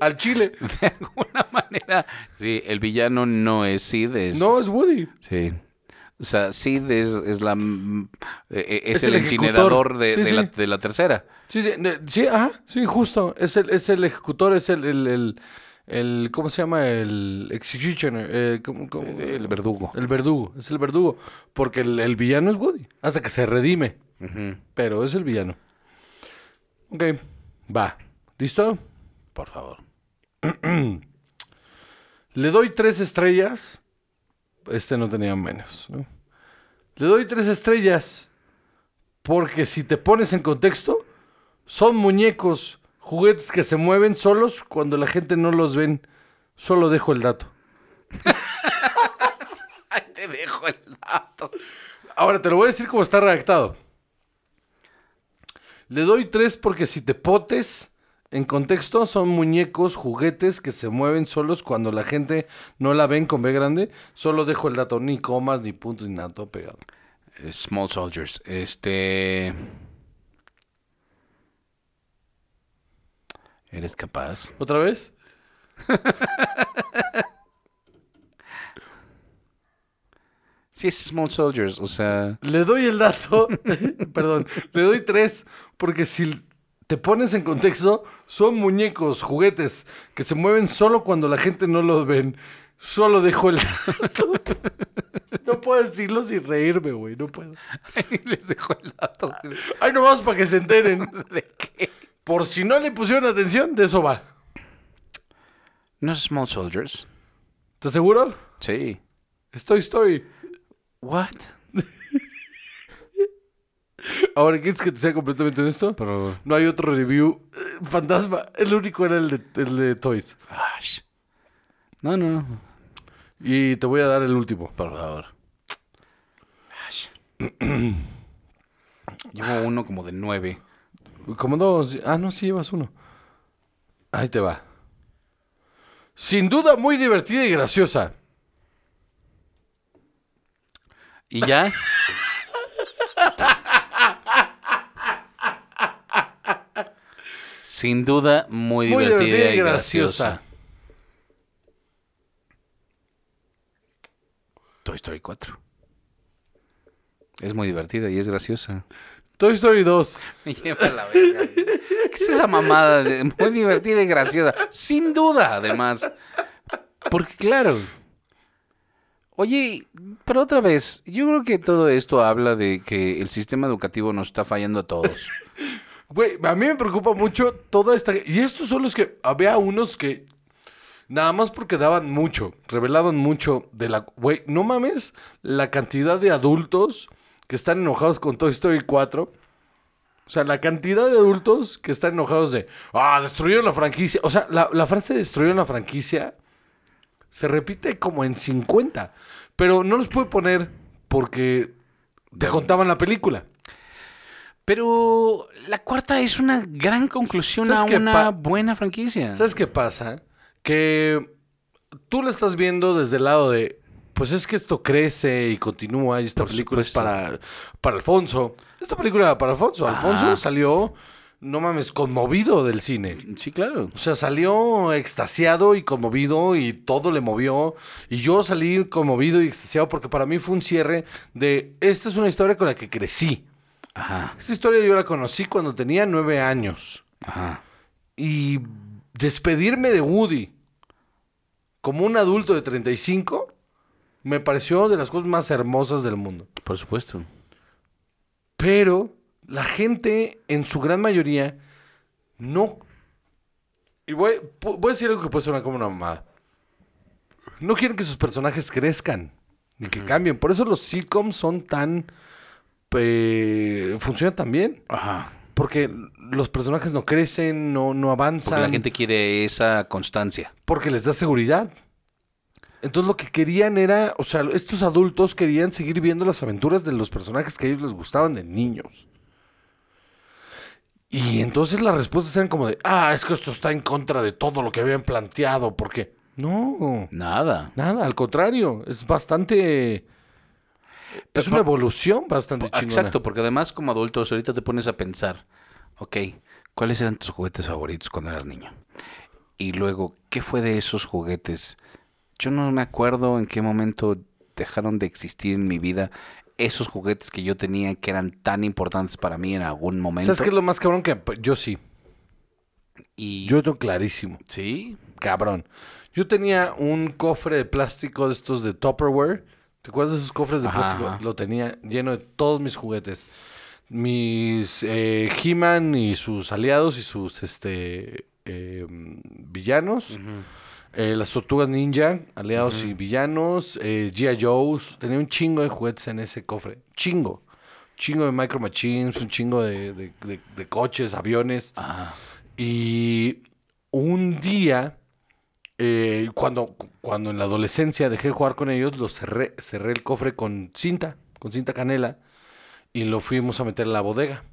Speaker 2: al chile.
Speaker 3: De alguna manera, sí, el villano no es Sid, es...
Speaker 2: No, es Woody.
Speaker 3: Sí. O sea, Sid es, es la... mm, eh, eh, Es,
Speaker 2: Es
Speaker 3: el,
Speaker 2: el ejecutor.
Speaker 3: incinerador de,
Speaker 2: Sí,
Speaker 3: de La,
Speaker 2: sí.
Speaker 3: de la tercera.
Speaker 2: Sí, sí, ne- sí, ajá, sí, justo. Es el, es el ejecutor, es el, el, el, el- ¿Cómo se llama? El executioner. eh, ¿cómo- cómo?
Speaker 3: Sí, sí, el verdugo.
Speaker 2: El verdugo. Es el verdugo. Porque el, el villano es Woody. Hasta que se redime.
Speaker 3: Ujú.
Speaker 2: Pero es el villano. Ok. Va. ¿Listo?
Speaker 3: Por favor.
Speaker 2: Le doy tres estrellas. Este no tenía menos. ¿no? Le doy tres estrellas. Porque si te pones en contexto, son muñecos, juguetes que se mueven solos cuando la gente no los ven. Solo dejo el dato.
Speaker 3: Ay, te dejo el dato.
Speaker 2: Ahora te lo voy a decir como está redactado. Le doy tres porque si te potes en contexto, son muñecos, juguetes que se mueven solos cuando la gente no la ven con B grande. Solo dejo el dato, ni comas, ni puntos, ni nada, todo pegado.
Speaker 3: Small Soldiers. Este... ¿Eres capaz?
Speaker 2: ¿Otra vez?
Speaker 3: Sí, es Small Soldiers, o sea...
Speaker 2: Le doy el dato, perdón, le doy tres porque si te pones en contexto, son muñecos, juguetes que se mueven solo cuando la gente no los ven. Solo dejó el... no puedo decirlo sin reírme, güey. No puedo.
Speaker 3: Les dejo el dato. de-
Speaker 2: Ay, nomás para que se enteren.
Speaker 3: ¿De qué?
Speaker 2: Por si no le pusieron atención, de eso va.
Speaker 3: ¿No es Small Soldiers?
Speaker 2: ¿Estás seguro?
Speaker 3: Sí.
Speaker 2: Estoy, estoy.
Speaker 3: ¿What?
Speaker 2: Ahora, ¿quieres que te sea completamente honesto?
Speaker 3: Pero...
Speaker 2: No hay otro review eh, fantasma. El único era el de, el de Toys.
Speaker 3: Ash. No, no, no.
Speaker 2: Y te voy a dar el último.
Speaker 3: Por favor. Ash. Llevo uno como de nueve.
Speaker 2: Como dos. Ah, no, sí, llevas uno. Ahí te va. Sin duda muy divertida y graciosa.
Speaker 3: ¿Y ya? Sin duda, muy,
Speaker 2: Muy
Speaker 3: divertida,
Speaker 2: divertida
Speaker 3: y
Speaker 2: y graciosa.
Speaker 3: graciosa. Toy Story 4. Es muy divertida y es graciosa.
Speaker 2: Toy Story 2.
Speaker 3: Me lleva la verga. ¿Qué es esa mamada? de muy divertida y graciosa. Sin duda, además. Porque, claro. Oye, pero otra vez, yo creo que todo esto habla de que el sistema educativo nos está fallando a todos.
Speaker 2: Güey, a mí me preocupa mucho toda esta... Y estos son los que... Había unos que... Nada más porque daban mucho, revelaban mucho de la... Güey, no mames la cantidad de adultos que están enojados con Toy Story 4. O sea, la cantidad de adultos que están enojados de... Ah, destruyeron la franquicia. O sea, la, la frase destruyeron la franquicia se repite como en 50. Pero no los puede poner porque te contaban la película.
Speaker 3: Pero la cuarta es una gran conclusión a
Speaker 2: ¿Sabes qué,
Speaker 3: una
Speaker 2: pa-
Speaker 3: buena franquicia.
Speaker 2: ¿Sabes qué pasa? Que tú la estás viendo desde el lado de, pues es que esto crece y continúa y esta
Speaker 3: Por
Speaker 2: película es
Speaker 3: supuesto.
Speaker 2: para, para Alfonso. Esta película era para Alfonso.
Speaker 3: Ajá.
Speaker 2: Alfonso salió, no mames, conmovido del cine.
Speaker 3: Sí, claro.
Speaker 2: O sea, salió extasiado y conmovido y todo le movió. Y yo salí conmovido y extasiado porque para mí fue un cierre de, esta es una historia con la que crecí.
Speaker 3: Ajá,
Speaker 2: Esta historia yo la conocí cuando tenía nueve años
Speaker 3: ajá.
Speaker 2: y despedirme de Woody como un adulto de 35 me pareció de las cosas más hermosas del mundo.
Speaker 3: Por supuesto.
Speaker 2: Pero la gente, en su gran mayoría, no. Y voy, pu- voy a decir algo que puede sonar como una mamada. No quieren que sus personajes crezcan ni que cambien. Por eso los sitcoms son tan. eh, funcionan tan bien.
Speaker 3: Ajá.
Speaker 2: Porque los personajes no crecen, no, no avanzan.
Speaker 3: Porque la gente quiere esa constancia.
Speaker 2: Porque les da seguridad. Entonces lo que querían era, o sea, estos adultos querían seguir viendo las aventuras de los personajes que a ellos les gustaban de niños. Y entonces las respuestas eran como de, ah, es que esto está en contra de todo lo que habían planteado, porque no,
Speaker 3: Nada.
Speaker 2: nada, al contrario, es bastante, es una evolución bastante chingona.
Speaker 3: Ah, Exacto, porque además como adultos ahorita te pones a pensar, ok, ¿cuáles eran tus juguetes favoritos cuando eras niño? Y luego, ¿qué fue de esos juguetes? Yo no me acuerdo en qué momento dejaron de existir en mi vida esos juguetes que yo tenía que eran tan importantes para mí en algún momento.
Speaker 2: ¿Sabes qué es lo más cabrón que yo sí?
Speaker 3: Y
Speaker 2: Yo tengo clarísimo.
Speaker 3: sí,
Speaker 2: cabrón. Yo tenía un cofre de plástico de estos de Tupperware. ¿Te acuerdas de esos cofres de
Speaker 3: Ajá,
Speaker 2: plástico?
Speaker 3: ajá.
Speaker 2: Lo tenía lleno de todos mis juguetes. Mis eh, He-Man y sus aliados y sus este eh, villanos. Eh, las tortugas ninja, aliados y villanos. Eh, G.I. Joe's. Tenía un chingo de juguetes en ese cofre. Chingo. Chingo de micro machines, un chingo de- de- de- de coches, aviones.
Speaker 3: ajá,
Speaker 2: Y un día, eh, cuando, cuando en la adolescencia dejé de jugar con ellos, los cerré, cerré el cofre con cinta, con cinta canela, y lo fuimos a meter en la bodega.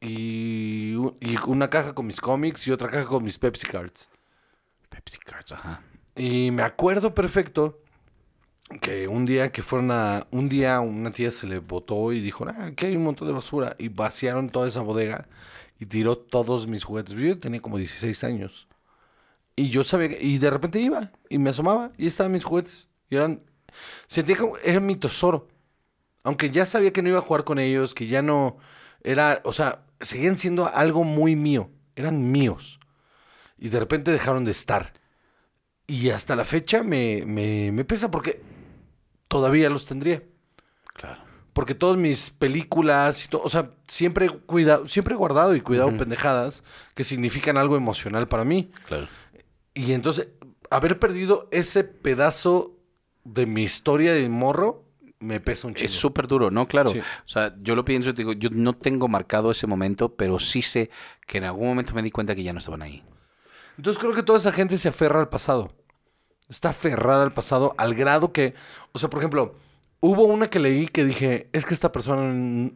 Speaker 2: Y, u- y una caja con mis cómics y otra caja con mis Pepsi Cards.
Speaker 3: Pepsi Cards, ajá.
Speaker 2: Y me acuerdo perfecto que un día que fueron a. Un día una tía se le botó y dijo: Ah, aquí hay un montón de basura. Y vaciaron toda esa bodega y tiró todos mis juguetes. Yo tenía como 16 años. Y yo sabía. que- Y de repente iba y me asomaba y estaban mis juguetes. Y eran. Sentía como. Era mi tesoro. Aunque ya sabía que no iba a jugar con ellos, que ya no. Era. O sea, seguían siendo algo muy mío. Eran míos. Y de repente dejaron de estar. Y hasta la fecha me, me- me pesa porque todavía los tendría.
Speaker 3: Claro.
Speaker 2: Porque todas mis películas y todo, o sea, siempre he cuidado, siempre he guardado y cuidado
Speaker 3: Ujú.
Speaker 2: pendejadas que significan algo emocional para mí.
Speaker 3: Claro.
Speaker 2: Y entonces, haber perdido ese pedazo de mi historia de morro me pesa un chingo.
Speaker 3: Es súper duro, ¿no? Claro.
Speaker 2: Sí.
Speaker 3: O sea, yo lo pienso y te digo, yo no tengo marcado ese momento, pero sí sé que en algún momento me di cuenta que ya no estaban ahí.
Speaker 2: Entonces creo que toda esa gente se aferra al pasado. Está aferrada al pasado al grado que, o sea, por ejemplo, hubo una que leí que dije, es que esta persona mm,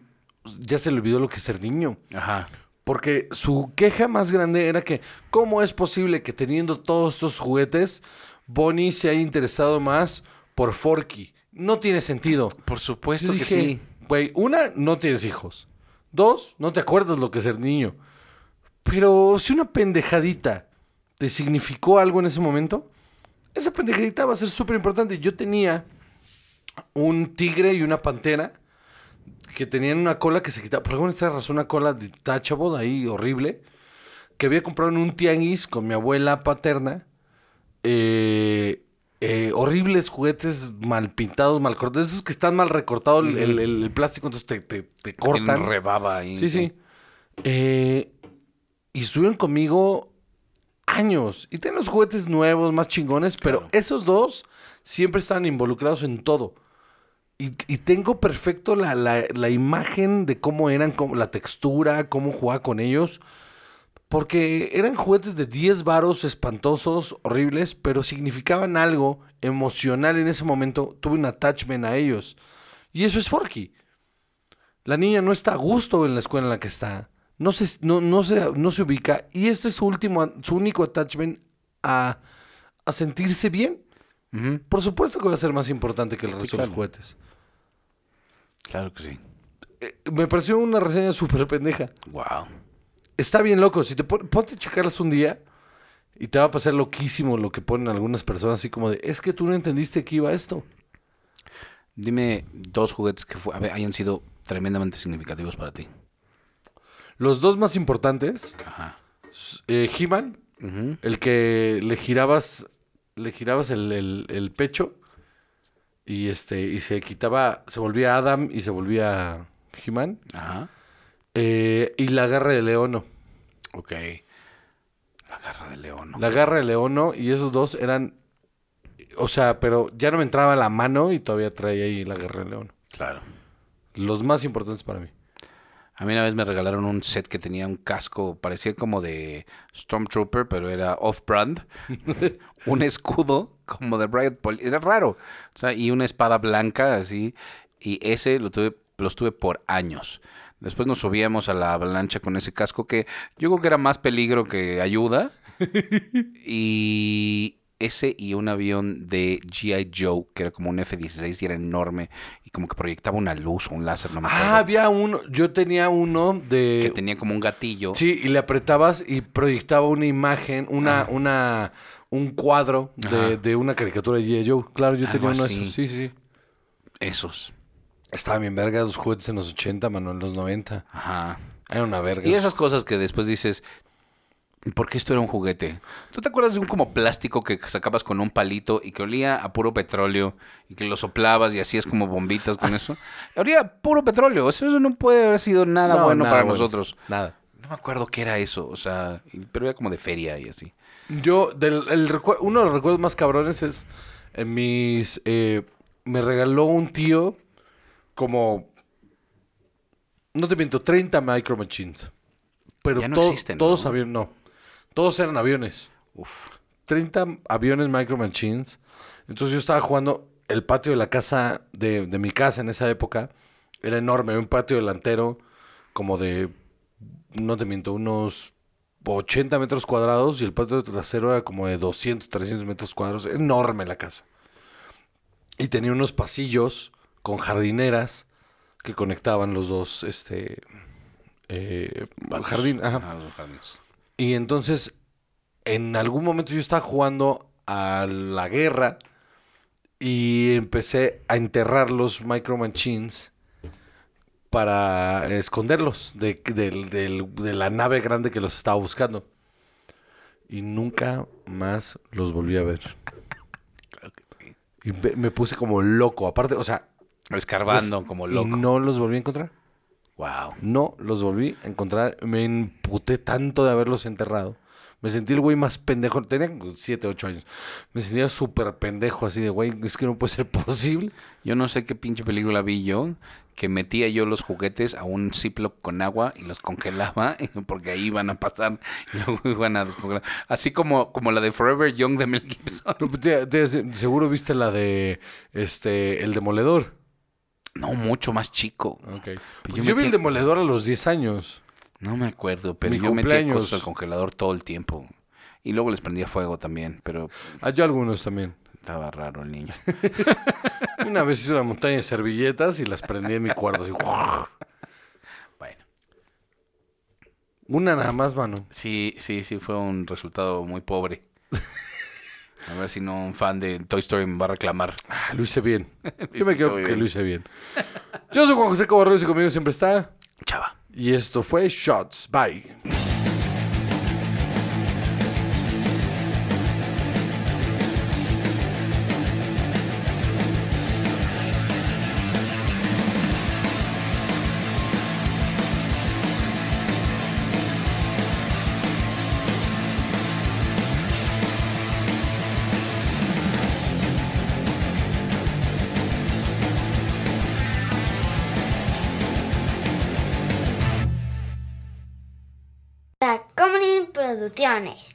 Speaker 2: ya se le olvidó lo que es ser niño.
Speaker 3: Ajá.
Speaker 2: Porque su queja más grande era que, ¿cómo es posible que teniendo todos estos juguetes, Bonnie se haya interesado más por Forky? No tiene sentido.
Speaker 3: Por
Speaker 2: Yo
Speaker 3: supuesto que
Speaker 2: dije,
Speaker 3: sí.
Speaker 2: Güey, una, no tienes hijos. Dos, no te acuerdas lo que es ser niño. Pero si una pendejadita te significó algo en ese momento, esa pendejadita va a ser súper importante. Yo tenía un tigre y una pantera que tenían una cola que se quitaba. Por alguna extraña razón, una cola detachable ahí, horrible, que había comprado en un tianguis con mi abuela paterna. Eh, eh, horribles juguetes mal pintados, mal cortados. Esos que están mal recortado el, el- el- el plástico, entonces te, te- te cortan.
Speaker 3: Tienen rebaba ahí.
Speaker 2: Sí, sí. Eh, y estuvieron conmigo años. Y tienen los juguetes nuevos, más chingones, pero
Speaker 3: Claro.
Speaker 2: esos dos siempre estaban involucrados en todo. Y, y tengo perfecto la, la- la imagen de cómo eran, cómo- la textura, cómo jugaba con ellos. Porque eran juguetes de 10 varos espantosos, horribles, pero significaban algo emocional en ese momento. Tuve un attachment a ellos. Y eso es Forky. La niña no está a gusto en la escuela en la que está. No se, no, no se, no se ubica. Y este es su último, su único attachment a, a sentirse bien.
Speaker 3: Ujú.
Speaker 2: Por supuesto que va a ser más importante que el
Speaker 3: Sí,
Speaker 2: resto de
Speaker 3: claro.
Speaker 2: los juguetes.
Speaker 3: Claro que sí.
Speaker 2: Eh, me pareció una reseña súper pendeja.
Speaker 3: Wow.
Speaker 2: Está bien loco. Si te pon- ponte a checarlas un día y te va a pasar loquísimo lo que ponen algunas personas así como de, es que tú no entendiste que iba esto.
Speaker 3: Dime dos juguetes que fu- a ver, hayan sido tremendamente significativos para ti.
Speaker 2: Los dos más importantes,
Speaker 3: Ajá.
Speaker 2: s- eh, He-Man,
Speaker 3: Ujú.
Speaker 2: el que le girabas, le girabas el, el- el pecho y este, y se quitaba, se volvía Adam y se volvía He-Man.
Speaker 3: Ajá.
Speaker 2: Eh, y la garra de Leono.
Speaker 3: Ok. La garra de león. ¿no?
Speaker 2: La garra de Leono y esos dos eran. O sea, pero ya no me entraba la mano y todavía traía ahí la garra de Leono.
Speaker 3: Claro.
Speaker 2: Los más importantes para mí.
Speaker 3: A mí una vez me regalaron un set que tenía un casco, parecía como de Stormtrooper, pero era off-brand. un escudo como de Riot Police. Era raro. O sea, y una espada blanca así. Y ese lo tuve, los tuve por años. Después nos subíamos a la avalancha con ese casco que yo creo que era más peligro que ayuda. y ese y un avión de G.I. Joe, que era como un F-16 y era enorme. Y como que proyectaba una luz o un láser, no me acuerdo
Speaker 2: Ah, había uno. Yo tenía uno de.
Speaker 3: que tenía como un gatillo.
Speaker 2: Eh, Sí, y le apretabas y proyectaba una imagen, una,
Speaker 3: Ajá.
Speaker 2: una, un cuadro
Speaker 3: Ajá.
Speaker 2: de, de una caricatura de G.I. Joe. Claro, yo
Speaker 3: Algo
Speaker 2: tenía uno de
Speaker 3: así.
Speaker 2: esos. Sí, sí.
Speaker 3: Esos.
Speaker 2: Estaban bien vergas los juguetes en los 80, mano, en los 90.
Speaker 3: Ajá.
Speaker 2: Era una verga.
Speaker 3: Y esas cosas que después dices, ¿por qué esto era un juguete? ¿Tú te acuerdas de un como plástico que sacabas con un palito y que olía a puro petróleo y que lo soplabas y hacías como bombitas con eso? Olía a puro petróleo. Eso eso no puede haber sido nada
Speaker 2: No,
Speaker 3: bueno
Speaker 2: nada
Speaker 3: para
Speaker 2: bueno.
Speaker 3: nosotros.
Speaker 2: Nada.
Speaker 3: No me acuerdo qué era eso, o sea, y- pero era como de feria y así.
Speaker 2: Yo, del, el recue- uno de los recuerdos más cabrones es en mis. eh, me regaló un tío como. No te miento, 30 Micro Machines. Pero
Speaker 3: Ya no
Speaker 2: to-
Speaker 3: existen,
Speaker 2: todos
Speaker 3: ¿no?
Speaker 2: aviones. No. Todos eran aviones.
Speaker 3: Uf.
Speaker 2: 30 aviones Micro Machines. Entonces yo estaba jugando el patio de la casa, de, de mi casa en esa época. Era enorme, un patio delantero como de, no te miento, unos 80 metros cuadrados y el patio trasero era como de 200, 300 metros cuadrados. Enorme la casa. Y tenía unos pasillos con jardineras que conectaban los dos, este, eh,
Speaker 3: Patos.
Speaker 2: jardín. ajá.
Speaker 3: Ajá, los jardines.
Speaker 2: Y entonces, en algún momento yo estaba jugando a la guerra y empecé a enterrar los Micro Machines para esconderlos de, del- del- de la nave grande que los estaba buscando. y nunca más los volví a ver. Y ve- me puse como loco, aparte, o sea,
Speaker 3: Escarbando
Speaker 2: des-
Speaker 3: como
Speaker 2: y
Speaker 3: loco.
Speaker 2: no los volví a encontrar.
Speaker 3: Wow.
Speaker 2: No los volví a encontrar. Me emputé tanto de haberlos enterrado. Me sentí el güey más pendejo. Tenía 7, 8 años. Me sentía súper pendejo así de, güey, es que no puede ser posible.
Speaker 3: Yo no sé qué pinche película vi yo que metía yo los juguetes a un Ziploc con agua y los congelaba porque ahí iban a pasar y luego iban a descongelar. Así como, como la de Forever Young de Mel Gibson.
Speaker 2: No, pues, te- te- seguro viste la de este El Demoledor.
Speaker 3: No, mucho más chico.
Speaker 2: Ok. yo
Speaker 3: Pues yo
Speaker 2: vi
Speaker 3: metí-
Speaker 2: El Demoledor a los 10 años.
Speaker 3: No me acuerdo, pero
Speaker 2: Mi
Speaker 3: yo metía
Speaker 2: cumpleaños.
Speaker 3: cosas al congelador todo el tiempo. Y luego les prendía fuego también, pero
Speaker 2: Ah, yo algunos también.
Speaker 3: estaba raro el niño.
Speaker 2: Y Una vez hice una montaña de servilletas y las prendí en mi cuarto. así,
Speaker 3: Bueno,
Speaker 2: Una nada más, mano.
Speaker 3: sí, sí, sí, fue un resultado muy pobre. A ver si no un fan de Toy Story me va a reclamar.
Speaker 2: Ah, lo hice bien. Yo me
Speaker 3: Hiciste
Speaker 2: quedo
Speaker 3: muy
Speaker 2: que
Speaker 3: bien.
Speaker 2: lo hice bien. Yo soy Juan José Cobarrubias y conmigo siempre está.
Speaker 3: Chava.
Speaker 2: Y esto fue Shots. Bye.
Speaker 1: Tacomunin Producciones.